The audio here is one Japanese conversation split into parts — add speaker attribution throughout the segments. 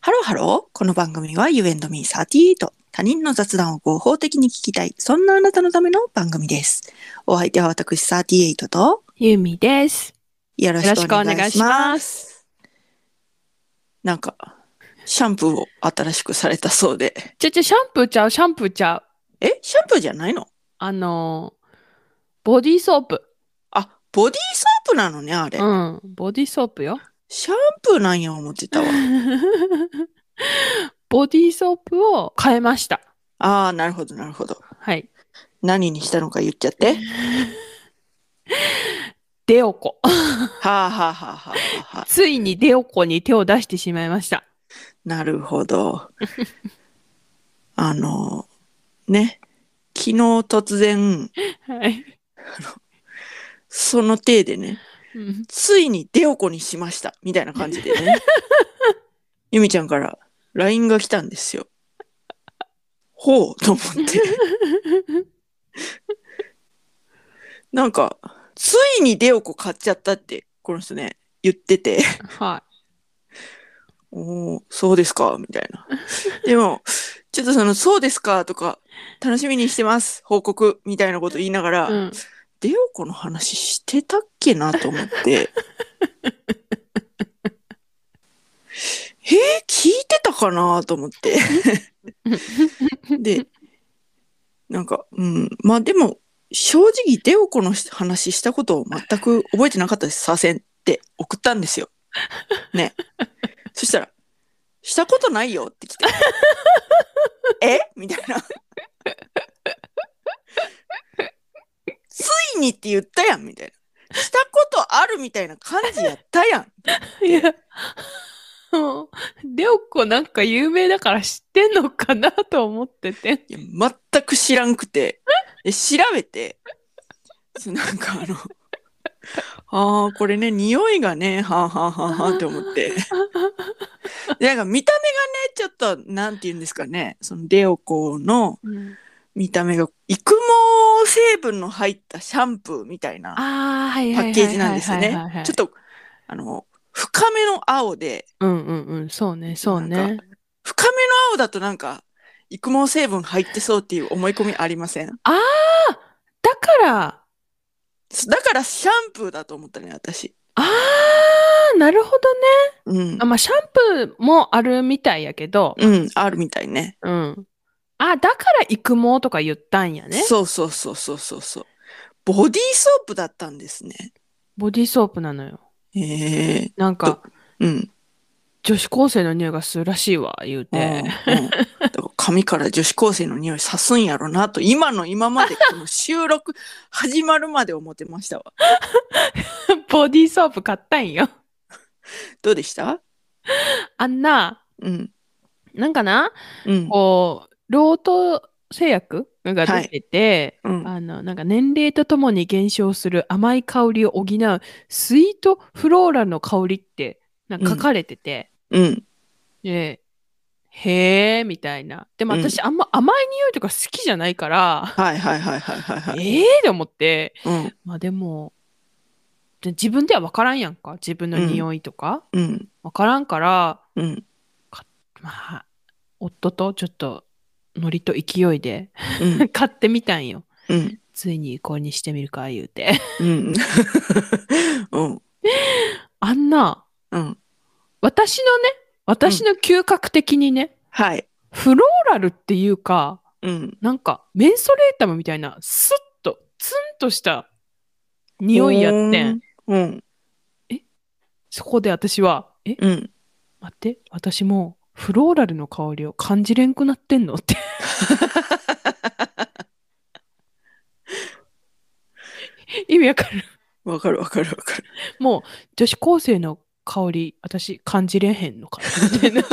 Speaker 1: ハローハロー。この番組は You and me38。他人の雑談を合法的に聞きたい。そんなあなたのための番組です。お相手は私38と
Speaker 2: ゆみです。
Speaker 1: よろ
Speaker 2: よろ
Speaker 1: し
Speaker 2: し
Speaker 1: く
Speaker 2: く
Speaker 1: お
Speaker 2: お
Speaker 1: 願いし
Speaker 2: 願
Speaker 1: ま
Speaker 2: い
Speaker 1: す。
Speaker 2: します。
Speaker 1: なんか、シャンプーを新しくされたそうで。
Speaker 2: ちょちょ、シャンプーちゃう、シャンプーちゃう。
Speaker 1: えシャンプーじゃないの
Speaker 2: あのー、ボディーソープ。
Speaker 1: あ、ボディーソープなのね、あれ。
Speaker 2: うん、ボディーソープよ。
Speaker 1: シャンプーなんや思ってたわ。
Speaker 2: ボディーソープを変えました。
Speaker 1: ああ、なるほど、なるほど。
Speaker 2: はい。
Speaker 1: 何にしたのか言っちゃって。
Speaker 2: デオコ。
Speaker 1: はあはあはあはあはあ。
Speaker 2: ついにデオコに手を出してしまいました。
Speaker 1: なるほど。 あの、ね、昨日突然、
Speaker 2: はい。
Speaker 1: その体でね、
Speaker 2: うん
Speaker 1: ついにデオコにしました、みたいな感じでね、ゆみちゃんから LINE が来たんですよ。ほう、と思って。 なんか、ついにデオコ買っちゃったって、この人ね、言ってて。
Speaker 2: は
Speaker 1: おお、そうですか、みたい な。でも、ちょっとその、そうですか、とか、楽しみにしてます、報告、みたいなこと言いながら、
Speaker 2: い。うん。
Speaker 1: デオコの話してたっけな、と思 って。えー、聞いてたかな、と思って。で、なんか、うん、まあでも、正直、デオコの話したことを全く覚えてなかったです、左遷って送ったんですよ。ね。そしたら、したことないよって来て。えみたいな。ついにって言ったやんみたいな。したことあるみたいな感じやったやん。
Speaker 2: いや、もうデオコなんか有名だから知ってんのかなと思ってて。
Speaker 1: いや全く知らんくてで調べてそうなんかあのあーこれね匂いがねはあはあはあはあって思ってでなんか見た目がねちょっとなんて言うんですかねそのデオコの
Speaker 2: うん、
Speaker 1: 見た目が育毛成分の入ったシャンプーみたいな
Speaker 2: ああ、はい
Speaker 1: パ
Speaker 2: はいはいはいはいはい。
Speaker 1: ッケージなんですよねちょっ
Speaker 2: と。
Speaker 1: とあの深めの青で
Speaker 2: うんうんうん、そうね、そう
Speaker 1: なん
Speaker 2: ね。
Speaker 1: 深めの青だとなんか育毛成分入ってそうっていう思い込みありません
Speaker 2: ああだから、
Speaker 1: だからシャンプーだと思ったね、私。
Speaker 2: ああなるほどね。
Speaker 1: うん
Speaker 2: あ。まあ、シャンプーもあるみたいやけど、
Speaker 1: うん、あるみたいね。
Speaker 2: うん。あ、だから育毛とか言ったんやね。
Speaker 1: そうそうそうそうそうそう。ボディーソープだったんですね。
Speaker 2: ボディーソープなのよ。
Speaker 1: へえ。
Speaker 2: なんか、
Speaker 1: うん。
Speaker 2: 女子高生の匂いがするらしいわ、
Speaker 1: う
Speaker 2: 言う
Speaker 1: んう
Speaker 2: て
Speaker 1: ん。だから髪から女子高生の匂いさすんやろなと、今の今までこの収録始まるまで思ってましたわ。
Speaker 2: ボディーソープ買ったんよ。
Speaker 1: どうでした
Speaker 2: あんな、
Speaker 1: うん。
Speaker 2: なんかな、
Speaker 1: うん。
Speaker 2: こう、ロート製薬が出てて、
Speaker 1: うん
Speaker 2: あの、なんか年齢とともに減少する甘い香りを補うスイートフローラルの香りってなんか書かれてて、
Speaker 1: うん。
Speaker 2: で、へえ、みたいな。でも
Speaker 1: うん
Speaker 2: 私、あんま甘い匂いとか好きじゃない から、
Speaker 1: はいはいはいはいはいはい。
Speaker 2: ええー、と思って、
Speaker 1: うん。
Speaker 2: まあでも、で自分では分からんやんか。自分の匂いとか。
Speaker 1: うん。
Speaker 2: 分からんから、
Speaker 1: うん。
Speaker 2: まあ、夫とちょっと、ノリと勢いで
Speaker 1: うん。
Speaker 2: 買ってみたんよ。
Speaker 1: うん。
Speaker 2: ついにこれにしてみるか、言うて。
Speaker 1: うん。うん。
Speaker 2: あんな、
Speaker 1: うん。
Speaker 2: 私のね、私の嗅覚的にね、
Speaker 1: はい。
Speaker 2: フローラルっていうか、
Speaker 1: うん。
Speaker 2: なんかメンソレータムみたいな、スッと、ツンとした匂いやってん。。
Speaker 1: うん。
Speaker 2: そこで私は、え、
Speaker 1: うん。
Speaker 2: 待って、私もうフローラルの香りを感じれんくなってんのって。意味わかる。
Speaker 1: わかるわかるわかる。
Speaker 2: もう女子高生の香り、私感じれへんのかなみたいな。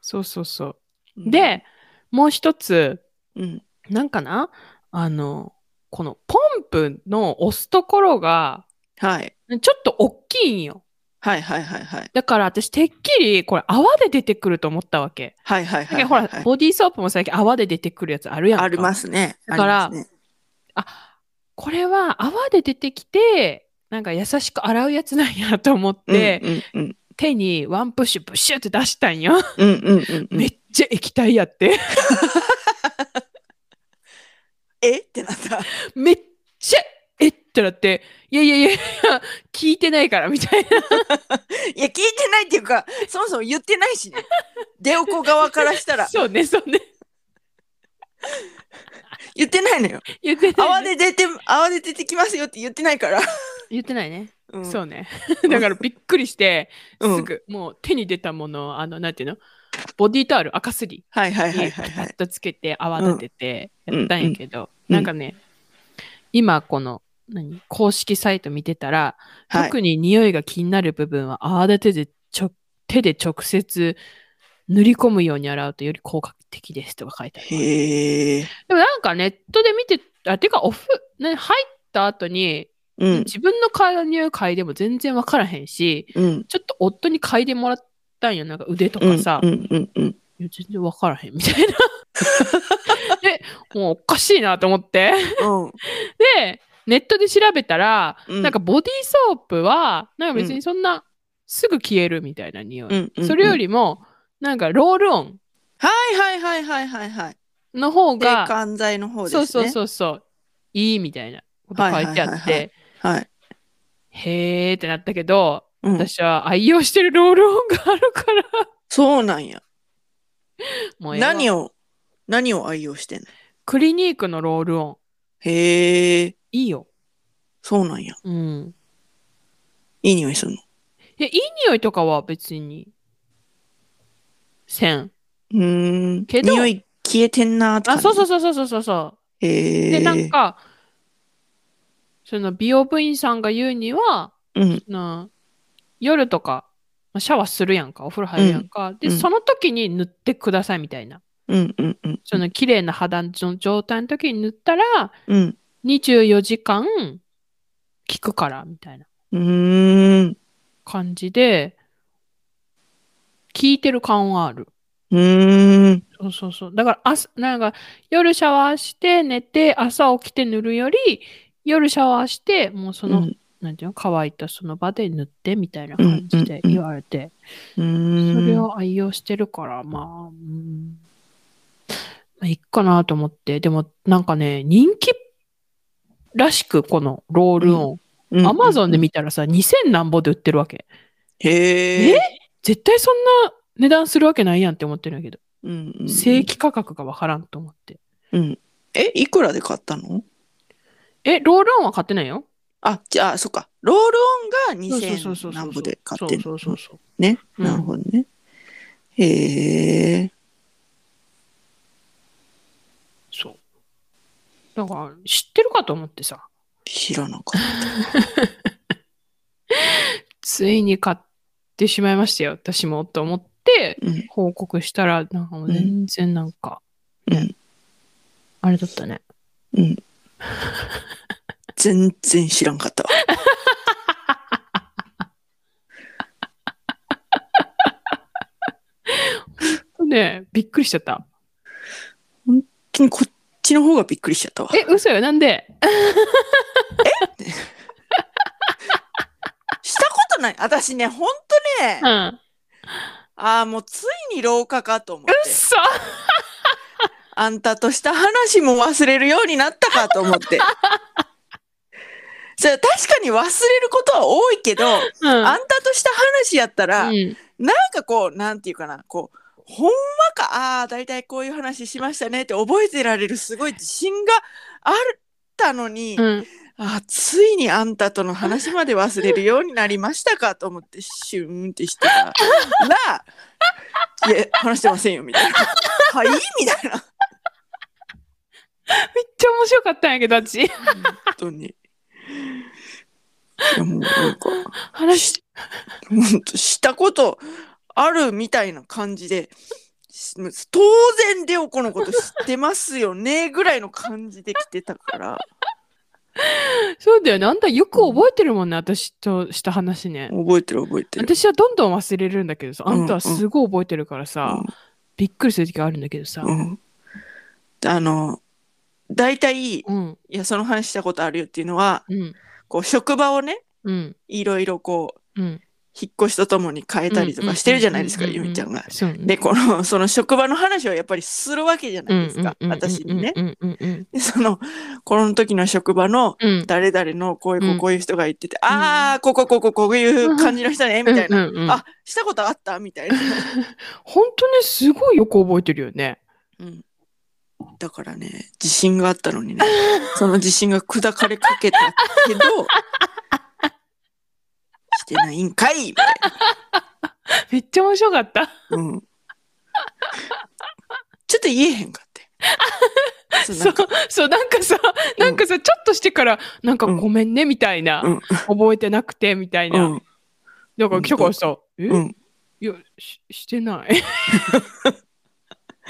Speaker 2: そうそうそう。で、もう一つ、
Speaker 1: うん、
Speaker 2: なんかな、あの、このポンプの押すところが、
Speaker 1: はい。
Speaker 2: ちょっと大きいんよ。
Speaker 1: はいはいはいはい。
Speaker 2: だから私、てっきり、これ泡で出てくると思ったわけ。
Speaker 1: はいはいは
Speaker 2: だけ
Speaker 1: い。
Speaker 2: どほら、
Speaker 1: はい
Speaker 2: ボディーソープも最近泡で出てくるやつあるやんか。
Speaker 1: ありますね。
Speaker 2: だから
Speaker 1: ありますね
Speaker 2: あ、これは泡で出てきて、なんか優しく洗うやつなんやと思って、
Speaker 1: うんうん
Speaker 2: 手にワンプッシュブッシュって出したんよ。
Speaker 1: うんうんうんうんうん
Speaker 2: めっちゃ液体やって。
Speaker 1: えってなった。
Speaker 2: めっちゃ、えってなって、いやいやいやいや、聞いてないからみたいな。
Speaker 1: いや聞いてないっていうかそもそも言ってないしね。デオコ側からしたら
Speaker 2: そうね、そうね。
Speaker 1: 言ってないのよ。
Speaker 2: 言ってな
Speaker 1: 泡
Speaker 2: い、ね。
Speaker 1: で出て泡で出てきますよって言ってないから。
Speaker 2: 言ってないね。
Speaker 1: うん
Speaker 2: そうね。 だからびっくりして、
Speaker 1: うん
Speaker 2: すぐもう手に出たものを、あの、なんていうのボディタオル、赤すり
Speaker 1: はいはい
Speaker 2: に
Speaker 1: はい
Speaker 2: ピ
Speaker 1: は
Speaker 2: タ
Speaker 1: いはい
Speaker 2: ッ。とつけて泡立ててやったんやけど、
Speaker 1: うん
Speaker 2: なんかね、今この、何公式サイト見てたら、
Speaker 1: はい
Speaker 2: 特に匂いが気になる部分は泡立てでちょ手で直接塗り込むように洗うとより効果的ですとか書いてある。
Speaker 1: へえ。
Speaker 2: でもなんかネットで見て、あ、てかオフ、ね、入った後に
Speaker 1: うん
Speaker 2: 自分の介入嗅いでも全然わからへんし、
Speaker 1: うん。
Speaker 2: ちょっと夫に嗅いでもらったんよ、なんか腕とかさ、
Speaker 1: う
Speaker 2: い
Speaker 1: んうんうん。
Speaker 2: や全然わからへんみたいな。 で、もうおかしいなと思って。
Speaker 1: うん
Speaker 2: で、ネットで調べたら、
Speaker 1: うん
Speaker 2: なんかボディーソープは、なんか別にそんなすぐ消えるみたいな匂い。
Speaker 1: うんうん。
Speaker 2: それよりも、なんかロールオン
Speaker 1: はいはいはいはいはいはい。
Speaker 2: の方
Speaker 1: が
Speaker 2: が、
Speaker 1: 関剤の方です
Speaker 2: そう
Speaker 1: ね。
Speaker 2: そうそうそう、いいみたいなこと書いてあ
Speaker 1: はいはいは
Speaker 2: っ
Speaker 1: いはい
Speaker 2: て、
Speaker 1: はい。
Speaker 2: へーってなったけど、
Speaker 1: うん、
Speaker 2: 私は愛用してるロールオンがあるから、
Speaker 1: そうなんや。
Speaker 2: もうええわ
Speaker 1: 何を何を愛用してんの
Speaker 2: クリニークのロールオン。
Speaker 1: へえ。
Speaker 2: いいよ。
Speaker 1: そうなんや。
Speaker 2: うん。
Speaker 1: いい匂いするの。
Speaker 2: いや、いい匂いとかは別に、せん。
Speaker 1: うーん。
Speaker 2: けど
Speaker 1: 匂い消えてんなーって感
Speaker 2: あ、
Speaker 1: じ。
Speaker 2: そうそう
Speaker 1: う。
Speaker 2: そうそうそうそう。
Speaker 1: へえ。
Speaker 2: で、なん、か、その美容部員さんが言うには、
Speaker 1: うん。
Speaker 2: な夜とか、まあシャワーするやんか、お風呂入るやんか。で、
Speaker 1: うん
Speaker 2: その時に塗ってくださいみたいな。
Speaker 1: うんうんうん。
Speaker 2: その綺麗な肌の状態の時に塗ったら、
Speaker 1: うん。
Speaker 2: 24時間効くから、みたいな
Speaker 1: うーん。
Speaker 2: 感じで、効いてる感はある。
Speaker 1: うーん。
Speaker 2: そうそうそう。だから、朝、なんか、夜シャワーして寝て、朝起きて塗るより、夜シャワーして、もうその、
Speaker 1: うん
Speaker 2: なんていうの、乾いたその場で塗ってみたいな感じで
Speaker 1: うんうんうん
Speaker 2: 言われて、
Speaker 1: う
Speaker 2: それ
Speaker 1: ーん。
Speaker 2: を愛用してるから、まあ、うん、まあ、いっかなと思って、でも、なんかね、人気らしく、このロールオン。アマゾンで見たらさ、2000何本で売ってるわけ。
Speaker 1: へえ。
Speaker 2: 絶対そんな値段するわけないやんって思ってるんやけど、
Speaker 1: うんうん
Speaker 2: 正規価格がわからんと思って。
Speaker 1: うん。え、いくらで買ったの
Speaker 2: え、ロールオンは買ってないよ。
Speaker 1: あ、じゃあ、そっか。ロールオンが
Speaker 2: そうそうそうそう
Speaker 1: 2000何部で買ってんの
Speaker 2: そうそうそうそう。
Speaker 1: ね。
Speaker 2: うん
Speaker 1: なるほどね。へえ。
Speaker 2: そう。だから、知ってるかと思ってさ、
Speaker 1: 知らなかった。
Speaker 2: ついに買ってしまいましたよ、私も、と思って、
Speaker 1: うん。
Speaker 2: 報告したら、なんかもう全然なんか、
Speaker 1: うん。
Speaker 2: あれだったね。
Speaker 1: うん。全然知らんかったわ。
Speaker 2: ねえびっくりしちゃった。
Speaker 1: 君こっちの方がびっくりしちゃったわ。
Speaker 2: え、嘘よ、なんで
Speaker 1: したことない。私ね、ほんとね
Speaker 2: う、ん。
Speaker 1: ああ、もうついに老化かと思って。
Speaker 2: 嘘
Speaker 1: あんたとした話も忘れるようになったかと思 って。それ確かに忘れることは多いけど、
Speaker 2: うん。
Speaker 1: あんたとした話やったら、
Speaker 2: うん
Speaker 1: なんかこう、なんていうかな、こう、ほんまか、ああ、だいたいこういう話しましたねって覚えてられるすごい自信があったのに、
Speaker 2: うん。
Speaker 1: あーついにあんたとの話まで忘れるようになりましたかと思って、シューンってしてたら、 いや、話してませんよ、みたいな。はいみたいな。
Speaker 2: めっちゃ面白かったんやけど、私。
Speaker 1: 本当に。いやもうなんか、
Speaker 2: 話し、
Speaker 1: 本当したことあるみたいな感じで、し当然レオコのこと知ってますよねぐらいの感じで来てたから、
Speaker 2: そうだよね。あんたよく覚えてるもんね、私とした話ね。
Speaker 1: 覚えてる覚えてる。
Speaker 2: 私はどんどん忘れるんだけどさ、あんたはすごい覚えてるからさ、びっくりする時があるんだけどさ、
Speaker 1: うんうんあの、大体、い
Speaker 2: うん、
Speaker 1: や、その話したことあるよっていうのは、
Speaker 2: うん、
Speaker 1: こう、職場をね、
Speaker 2: うん。
Speaker 1: いろいろこう、
Speaker 2: うん。
Speaker 1: 引っ越しとともに変えたりとかしてるじゃないですか、
Speaker 2: うんうんう
Speaker 1: ゆ
Speaker 2: んうん
Speaker 1: みちゃんが。
Speaker 2: そうね。
Speaker 1: で、この、その職場の話をやっぱりするわけじゃないですか、
Speaker 2: うんうんうんうん
Speaker 1: 私にね。
Speaker 2: うんうんうん
Speaker 1: で、その、この時の職場の、
Speaker 2: うん。
Speaker 1: 誰々のこういう、こ
Speaker 2: う
Speaker 1: うんこういう人が言ってて、ああ、ここ、ここ、こういう感じの人ね、みたいな。
Speaker 2: うんうんうん
Speaker 1: あ、したことあったみたいな。
Speaker 2: 本当ね、すごいよく覚えてるよね。
Speaker 1: うん。だからね、自信があったのにね、その自信が砕かれかけたけど、してないんかいみたい
Speaker 2: めっちゃ面白かった。
Speaker 1: な。うん。ちょっと言えへんかって。そうな
Speaker 2: そ
Speaker 1: ん
Speaker 2: う
Speaker 1: か、
Speaker 2: そう、なんかさ、
Speaker 1: うん
Speaker 2: なんかさ、ちょっとしてから、なんか
Speaker 1: うん
Speaker 2: ごめんね、みたいな、
Speaker 1: うん
Speaker 2: 覚えてなくて、みたいな。
Speaker 1: うん、
Speaker 2: だから、記者からさ、え、
Speaker 1: うん。
Speaker 2: いや、ししてない。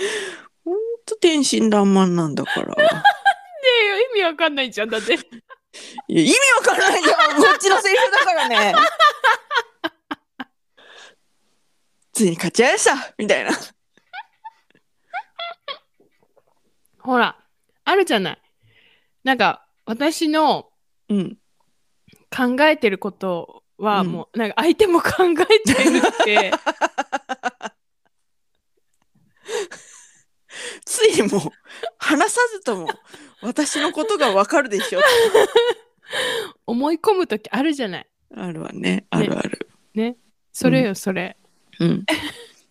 Speaker 1: ほんと天真爛漫なんだから。
Speaker 2: で、意味わかんないじゃん、だって。
Speaker 1: いや、意味わから ないじゃんこっちのセリフだからね。ついに勝ち合いましたみたいな。
Speaker 2: ほら、あるじゃない。なんか、私の
Speaker 1: うん。
Speaker 2: 考えてることは、
Speaker 1: うん
Speaker 2: もう、なんか、相手も考えてる って、
Speaker 1: ついにもう、話さずとも、私のことがわかるでしょ。
Speaker 2: 思い込むときあるじゃない。
Speaker 1: あるわね。あるある。
Speaker 2: それよ、それ。
Speaker 1: うん。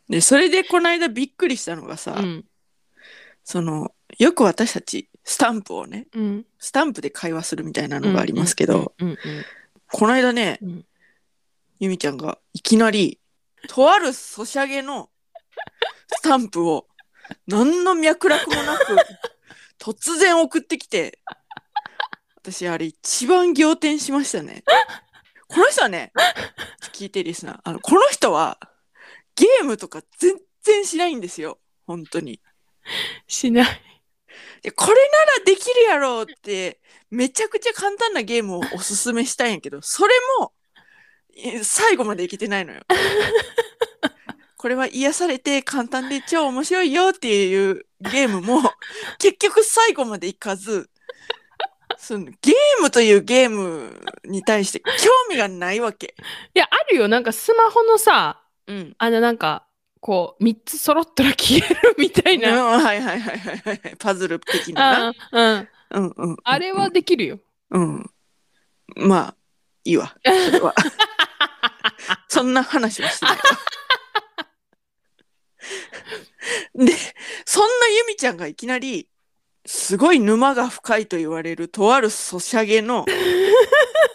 Speaker 1: で、それでこの間びっくりしたのがさ、
Speaker 2: うん。
Speaker 1: その、よく私たち、スタンプをね、
Speaker 2: うん。
Speaker 1: スタンプで会話するみたいなのがありますけど、
Speaker 2: うん。うん。
Speaker 1: この間ね、
Speaker 2: うん。
Speaker 1: ゆみちゃんがいきなり、とあるソシャゲのスタンプを、何の脈絡もなく、突然送ってきて、私、あれ一番仰天しましたね。この人はね、聞いてリスナー、あの、この人は、ゲームとか全然しないんですよ。本当に。
Speaker 2: しない。
Speaker 1: で、これならできるやろうって、めちゃくちゃ簡単なゲームをおすすめしたいんやけ ど、それも、え最後までいけてないの よ。これは癒されて簡単で超面白いよっていうゲームも、結局最後までいかず、そのゲームというゲームに対して興味がないわけ。
Speaker 2: いや、あるよ。なんか、スマホのさ、
Speaker 1: うん。
Speaker 2: あの、なんか、こう、3つ揃ったら消えるみた
Speaker 1: う
Speaker 2: い
Speaker 1: ん
Speaker 2: な。
Speaker 1: はいはいはいはいはい。パズル的なな。
Speaker 2: う
Speaker 1: う
Speaker 2: んうん
Speaker 1: んうん。
Speaker 2: あれはできるよ。
Speaker 1: うん。まあ、いいわ。それは。 そんな話はしてないわ。 で、そんなゆみちゃんがいきなり、すごい沼が深いと言われるとあるソシャゲの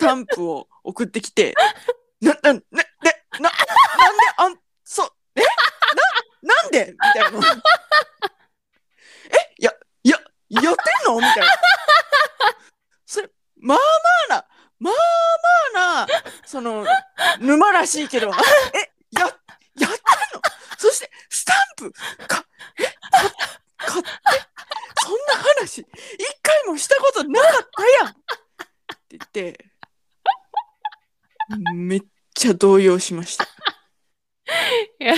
Speaker 1: タンプを送ってきて、 な、な、な、で、な、なんで、あん、そ、えな、なんでみたいな。え、や、や、やってんのみたいな。それ、まあまあな、まあまあな、その、沼らしいけど、あえ、や、やったのそして、スタンプ、か、え、か、買って、そんな話、一回もしたことなかったやんって言って、めっちゃ動揺しました。
Speaker 2: いや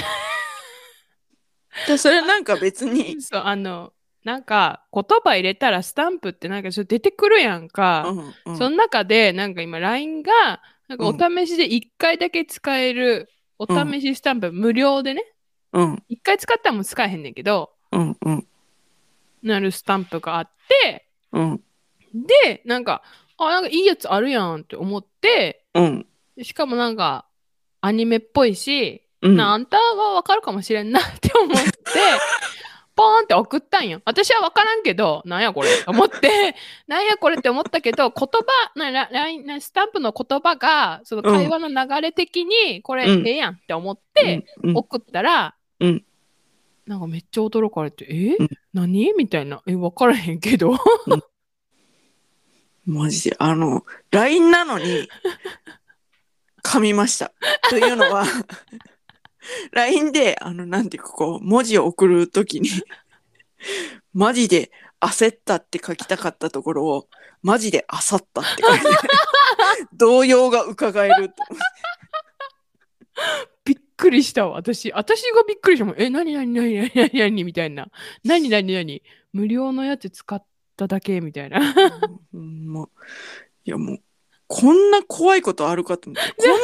Speaker 1: でそれはなんか別に、
Speaker 2: そう、あの、なんか、言葉入れたらスタンプってなんかちょっと出てくるやん
Speaker 1: う
Speaker 2: か。
Speaker 1: んうん
Speaker 2: その中で、なんか今、LINE が、なんか
Speaker 1: う
Speaker 2: お
Speaker 1: ん
Speaker 2: 試しで1回だけ使える、お試しスタンプ無料でね、
Speaker 1: うん
Speaker 2: 1回使ったらもう使えへんねんけど、
Speaker 1: うんうん
Speaker 2: なるスタンプがあって、
Speaker 1: うん
Speaker 2: で、なんか、あ、なんかいいやつあるやんって思って、
Speaker 1: うん
Speaker 2: しかもなんか、アニメっぽいし、
Speaker 1: うん
Speaker 2: なあんたはわかるかもしれんなって思 って、ポーンって送ったんよ。私はわからんけど、なんやこれと思って、 なんやこれって思ったけど、言葉、なララインなスタンプの言葉が、その会話の流れ的に、これ、
Speaker 1: うん
Speaker 2: ええやんって思って、
Speaker 1: うん
Speaker 2: 送ったら、
Speaker 1: うん
Speaker 2: なんかめっちゃ驚かれて、え、
Speaker 1: うん
Speaker 2: 何みたいな。え、わからへんけど。
Speaker 1: マジで、あの、LINE なのに、噛みました。というのは、LINE で、あの、なんていうか、こう、文字を送るときに、マジで焦ったって書きたかったところを、マジであさったって書いて、動揺が伺えると。
Speaker 2: びっくりしたわ、私。私がびっくりしたもん。え、なになになになになになにみたいな。なになになに無料のやつ使っただけみたいな。
Speaker 1: うんもういや、もう、こんな怖いことあるかと思って、こんな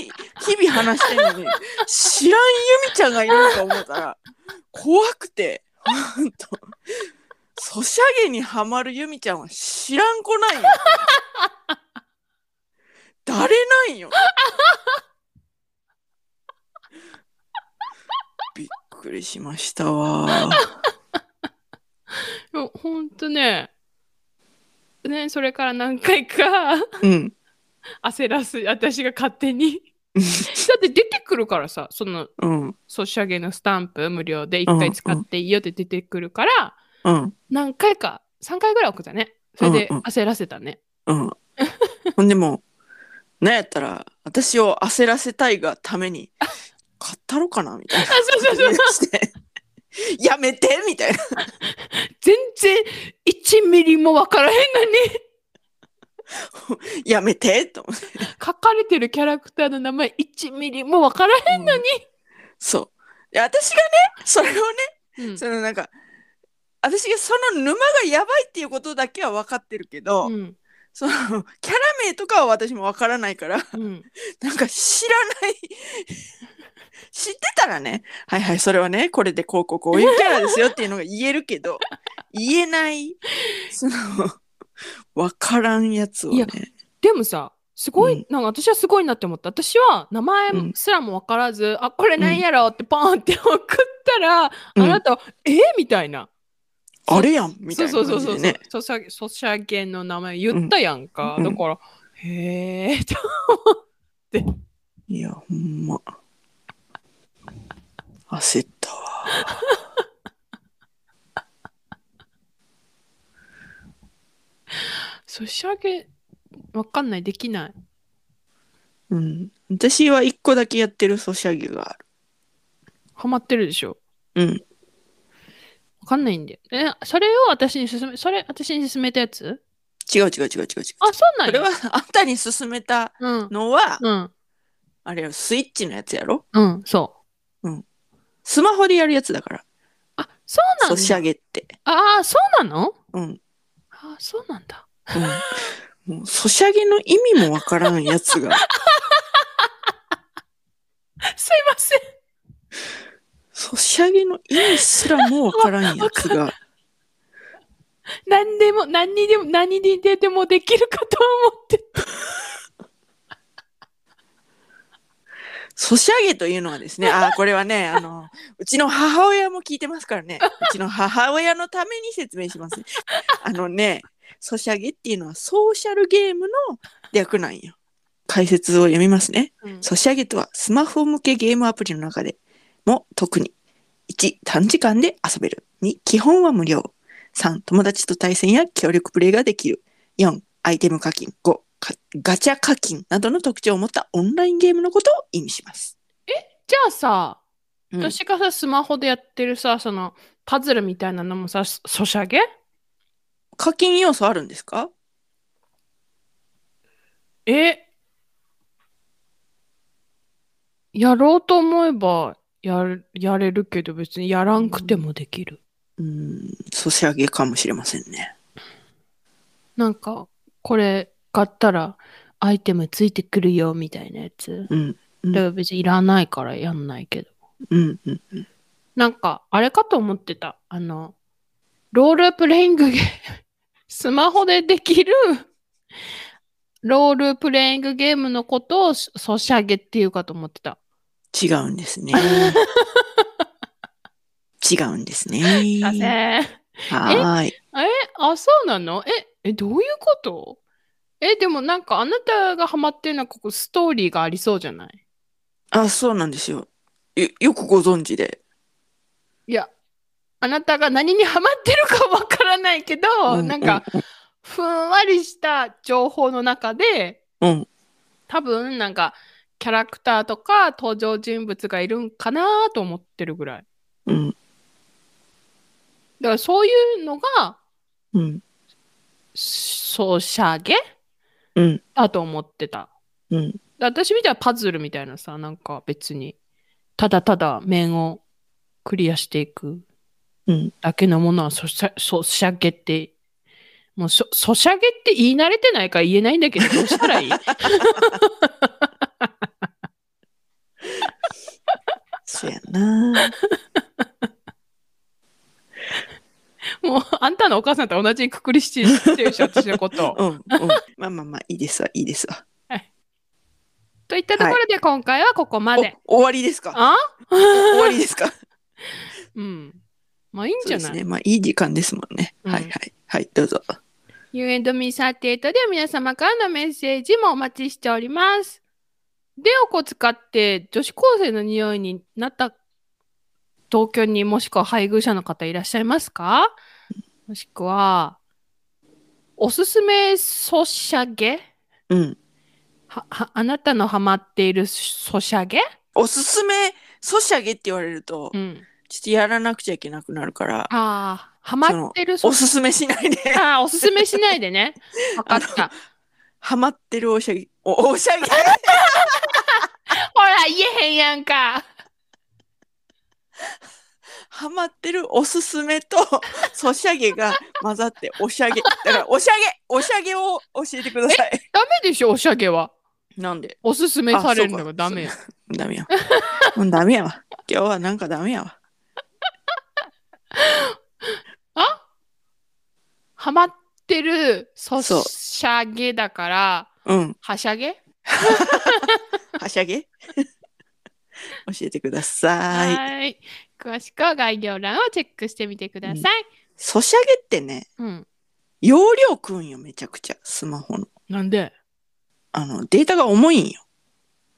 Speaker 1: に日々話してんのに、知らんゆみちゃんがいると思ったら、怖くて、ほんと、ソシャゲにはまるゆみちゃんは知らん子なんよ。誰なんよ。びっくりしましたわ。
Speaker 2: いやほんとね。ね、それから何回か
Speaker 1: うん。
Speaker 2: 焦らす、私が勝手に。だって出てくるからさ、その、
Speaker 1: うん。
Speaker 2: ソシャゲのスタンプ無料で1回使っていいよって出てくるから、
Speaker 1: うん。
Speaker 2: 何回か、3回ぐらい送ったね。それで
Speaker 1: うんうん
Speaker 2: 焦らせたね。
Speaker 1: うん。ほんでもう、なんやったら、私を焦らせたいがために、買ったろかなみたいな。
Speaker 2: あそうそうそう
Speaker 1: してやめてみたいな。
Speaker 2: 全然1ミリも分からへんのに、
Speaker 1: やめてと思って。
Speaker 2: 書かれてるキャラクターの名前1ミリも分からへんのに。
Speaker 1: そう。で私がね、それをね、
Speaker 2: うん
Speaker 1: そのなんか、私がその沼がやばいっていうことだけは分かってるけど、
Speaker 2: うん
Speaker 1: そのキャラ名とかは私も分からないから、
Speaker 2: うん
Speaker 1: なんか知らない。 知ってたらね、はいはい、それはね、これでこうこうこういうキャラですよっていうのが言えるけ ど、言えない、その、わからんやつを
Speaker 2: い
Speaker 1: ね
Speaker 2: や。でもさ、すごい、
Speaker 1: うん
Speaker 2: なんか私はすごいなって思った。私は名前
Speaker 1: うん
Speaker 2: すらも分からず、あ、これなんやろってポンって送ったら、
Speaker 1: うん
Speaker 2: あなたは、えみたいな。
Speaker 1: あれやんみたいな
Speaker 2: そう
Speaker 1: 感じ
Speaker 2: そうそう
Speaker 1: で
Speaker 2: そ
Speaker 1: ね。。
Speaker 2: うソシャゲ、ソシャゲの名前言ったやんか。
Speaker 1: うん
Speaker 2: だから、へえ、と
Speaker 1: いや、ほんま。焦ったわ。
Speaker 2: ソシャゲ、わかんない、できない。
Speaker 1: うん。私は一個だけやってるソシャゲがある。
Speaker 2: ハマってるでしょ。
Speaker 1: うん。
Speaker 2: わかんないんだよ。え、それを私に勧め、それ私に勧めたやつ
Speaker 1: 違う違う違う違う違う。
Speaker 2: あ、そうなん
Speaker 1: これ
Speaker 2: や。
Speaker 1: は、あんたに勧めた
Speaker 2: うん。
Speaker 1: のは、
Speaker 2: うん。
Speaker 1: あれよ、スイッチのやつやろ
Speaker 2: うん、そう。
Speaker 1: スマホでやるやつだから。
Speaker 2: あ、そうなん
Speaker 1: ソ
Speaker 2: だ。
Speaker 1: シャゲって。
Speaker 2: ああ、そうなの
Speaker 1: うん。
Speaker 2: あーそうなんだ。
Speaker 1: うん、もう、ソシャゲの意味もわからんや つが、
Speaker 2: すいません。
Speaker 1: ソシャゲの意味すらもわからんやつが、
Speaker 2: 何でも、何にでも、何にでもできるかと思って。
Speaker 1: ソシャゲというのはですね、あーこれはね、あの、うちの母親も聞いてますからね、うちの母親のために説明します。あのね、ソシャゲっていうのはソーシャルゲームの略なんよ。解説を読みますね。ソシャゲとはスマホ向けゲームアプリの中でも特に1短時間で遊べる2基本は無料3友達と対戦や協力プレイができる4アイテム課金5かガチャ課金などの特徴を持ったオンラインゲームのことを意味します。
Speaker 2: じゃあさ、
Speaker 1: うん
Speaker 2: 私がさ、スマホでやってるさ、その、パズルみたいなのもさ、そソシャゲ
Speaker 1: 課金要素あるんですか
Speaker 2: えやろうと思えば、やる、やれるけど、別にやらんくてもできる。
Speaker 1: うーん、ソシャゲかもしれませんね。
Speaker 2: なんか、これ買ったら、アイテムついてくるよ、みたいなやつ。
Speaker 1: うん、うん
Speaker 2: だから別にいらないからやんないけど。
Speaker 1: うん、うん。
Speaker 2: なんか、あれかと思ってた。あの、ロールプレイングゲーム、 スマホでできる、ロールプレイングゲームのことをソソシャゲっていうかと思ってた。
Speaker 1: 違うんですね。違うんですね。
Speaker 2: だね。
Speaker 1: はーい。
Speaker 2: あ、そうなのえ、え、どういうことえ、でもなんかあなたがハマってるのはここストーリーがありそうじゃない
Speaker 1: あ、そうなんですよ。よよくご存知で。
Speaker 2: いや、あなたが何にハマってるかわからないけど、
Speaker 1: う
Speaker 2: なんか、、ふんわりした情報の中で、
Speaker 1: うん、
Speaker 2: 多分なんかキャラクターとか登場人物がいるんかなと思ってるぐらい
Speaker 1: うん、
Speaker 2: だからそういうのが
Speaker 1: うん、
Speaker 2: ソシャゲ
Speaker 1: うん、
Speaker 2: だと思ってた
Speaker 1: うん。
Speaker 2: で私みたいなパズルみたいなさなんか別にただただ面をクリアしていく
Speaker 1: うん
Speaker 2: だけのものはソシャ,、ソシャゲってもう、そ、そしゃげって言い慣れてないから言えないんだけど、どうした らいい
Speaker 1: そうやな。
Speaker 2: もう、あんたのお母さんと同じくくりしてるし、私のことを。
Speaker 1: うん、うん。まあまあまあ、いいですわ、いいですわ。
Speaker 2: といったところで、今回はここまで。
Speaker 1: お終わりですか
Speaker 2: あ
Speaker 1: 終わりです か
Speaker 2: うん。まあいいん
Speaker 1: そう
Speaker 2: じ
Speaker 1: で
Speaker 2: ゃな
Speaker 1: す
Speaker 2: い、
Speaker 1: ね。まあ、いい時間ですもんね。
Speaker 2: うん
Speaker 1: はいはい。はい、どうぞ。
Speaker 2: ?You and me38 では皆様からのメッセージもお待ちしております。デオコ使って女子高生の匂いになった東京にもしくは配偶者の方いらっしゃいますかもしくは、おすすめソシャゲ
Speaker 1: うん。
Speaker 2: ははあなたのハマっているソシャゲ
Speaker 1: おすすめ、ソシャゲって言われると、
Speaker 2: うん。
Speaker 1: ちょっとやらなくちゃいけなくなるから、
Speaker 2: ああ、ハマってる
Speaker 1: お
Speaker 2: ソシ
Speaker 1: すすめしないで。
Speaker 2: ャゲ。ああ、おすすめしないでね。わかった。
Speaker 1: ハマってるおしゃげ、お、おしゃげ
Speaker 2: ほら、言えへんやんか。
Speaker 1: ハマってるおすすめと、 ソシャゲが混ざって、おしゃげ。だから、おしゃげおしゃげを教えてください。
Speaker 2: ダメでしょ、おしゃげは。
Speaker 1: なんで
Speaker 2: おすすめされるのが
Speaker 1: あ
Speaker 2: ダメよ。
Speaker 1: ダメや。もうダメやわ。今日はなんかダメやわ。
Speaker 2: ハマってる、そ
Speaker 1: そう
Speaker 2: しゃげだから、
Speaker 1: うん。
Speaker 2: はしゃげ
Speaker 1: はしゃげ 教えてください。
Speaker 2: ーい。詳しくは概要欄をチェックしてみてください。
Speaker 1: ソシャゲってね、
Speaker 2: うん。
Speaker 1: 容量食うんよ、めちゃくちゃ。スマホの。
Speaker 2: なんで
Speaker 1: あの、データが重いんよ。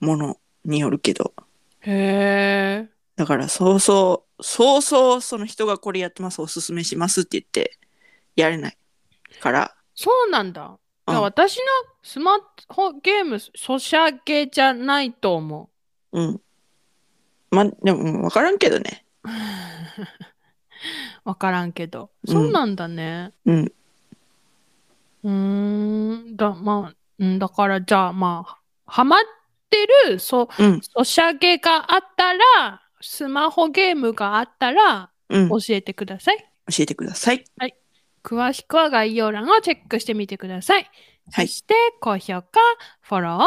Speaker 1: ものによるけど。
Speaker 2: へえ。
Speaker 1: だから、そうそう、そうそう、その人がこれやってます、おすすめしますって言って、やれない。から、
Speaker 2: そうなんだ。
Speaker 1: うん
Speaker 2: いや私のスマホゲーム、そしゃげじゃないと思う。
Speaker 1: うん。ま、でも、うんわからんけどね。
Speaker 2: わからんけど。
Speaker 1: うん
Speaker 2: そうなんだね。
Speaker 1: うん。
Speaker 2: うーん。だ、まあ、うんだからじゃあまあ、ハマってる、そ、
Speaker 1: うん、
Speaker 2: ソシャゲがあったら、スマホゲームがあったら、
Speaker 1: うん。
Speaker 2: 教
Speaker 1: 教
Speaker 2: えてください。
Speaker 1: えてください。
Speaker 2: 詳しくは概要欄をチェックしてみてください。
Speaker 1: はい
Speaker 2: そして、高評価、フォロー、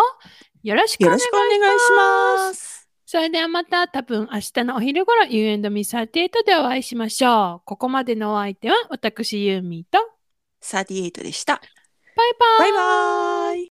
Speaker 2: よろしく
Speaker 1: よ
Speaker 2: お
Speaker 1: ろ
Speaker 2: 願い
Speaker 1: し
Speaker 2: し
Speaker 1: くお
Speaker 2: ます。
Speaker 1: 願いします。
Speaker 2: それではまた、多分明日のお昼頃、You and Me38 でお会いしましょう。ここまでのお相手は、私ユーミーと、
Speaker 1: 38でした。
Speaker 2: バイバーイ
Speaker 1: バイバーイ。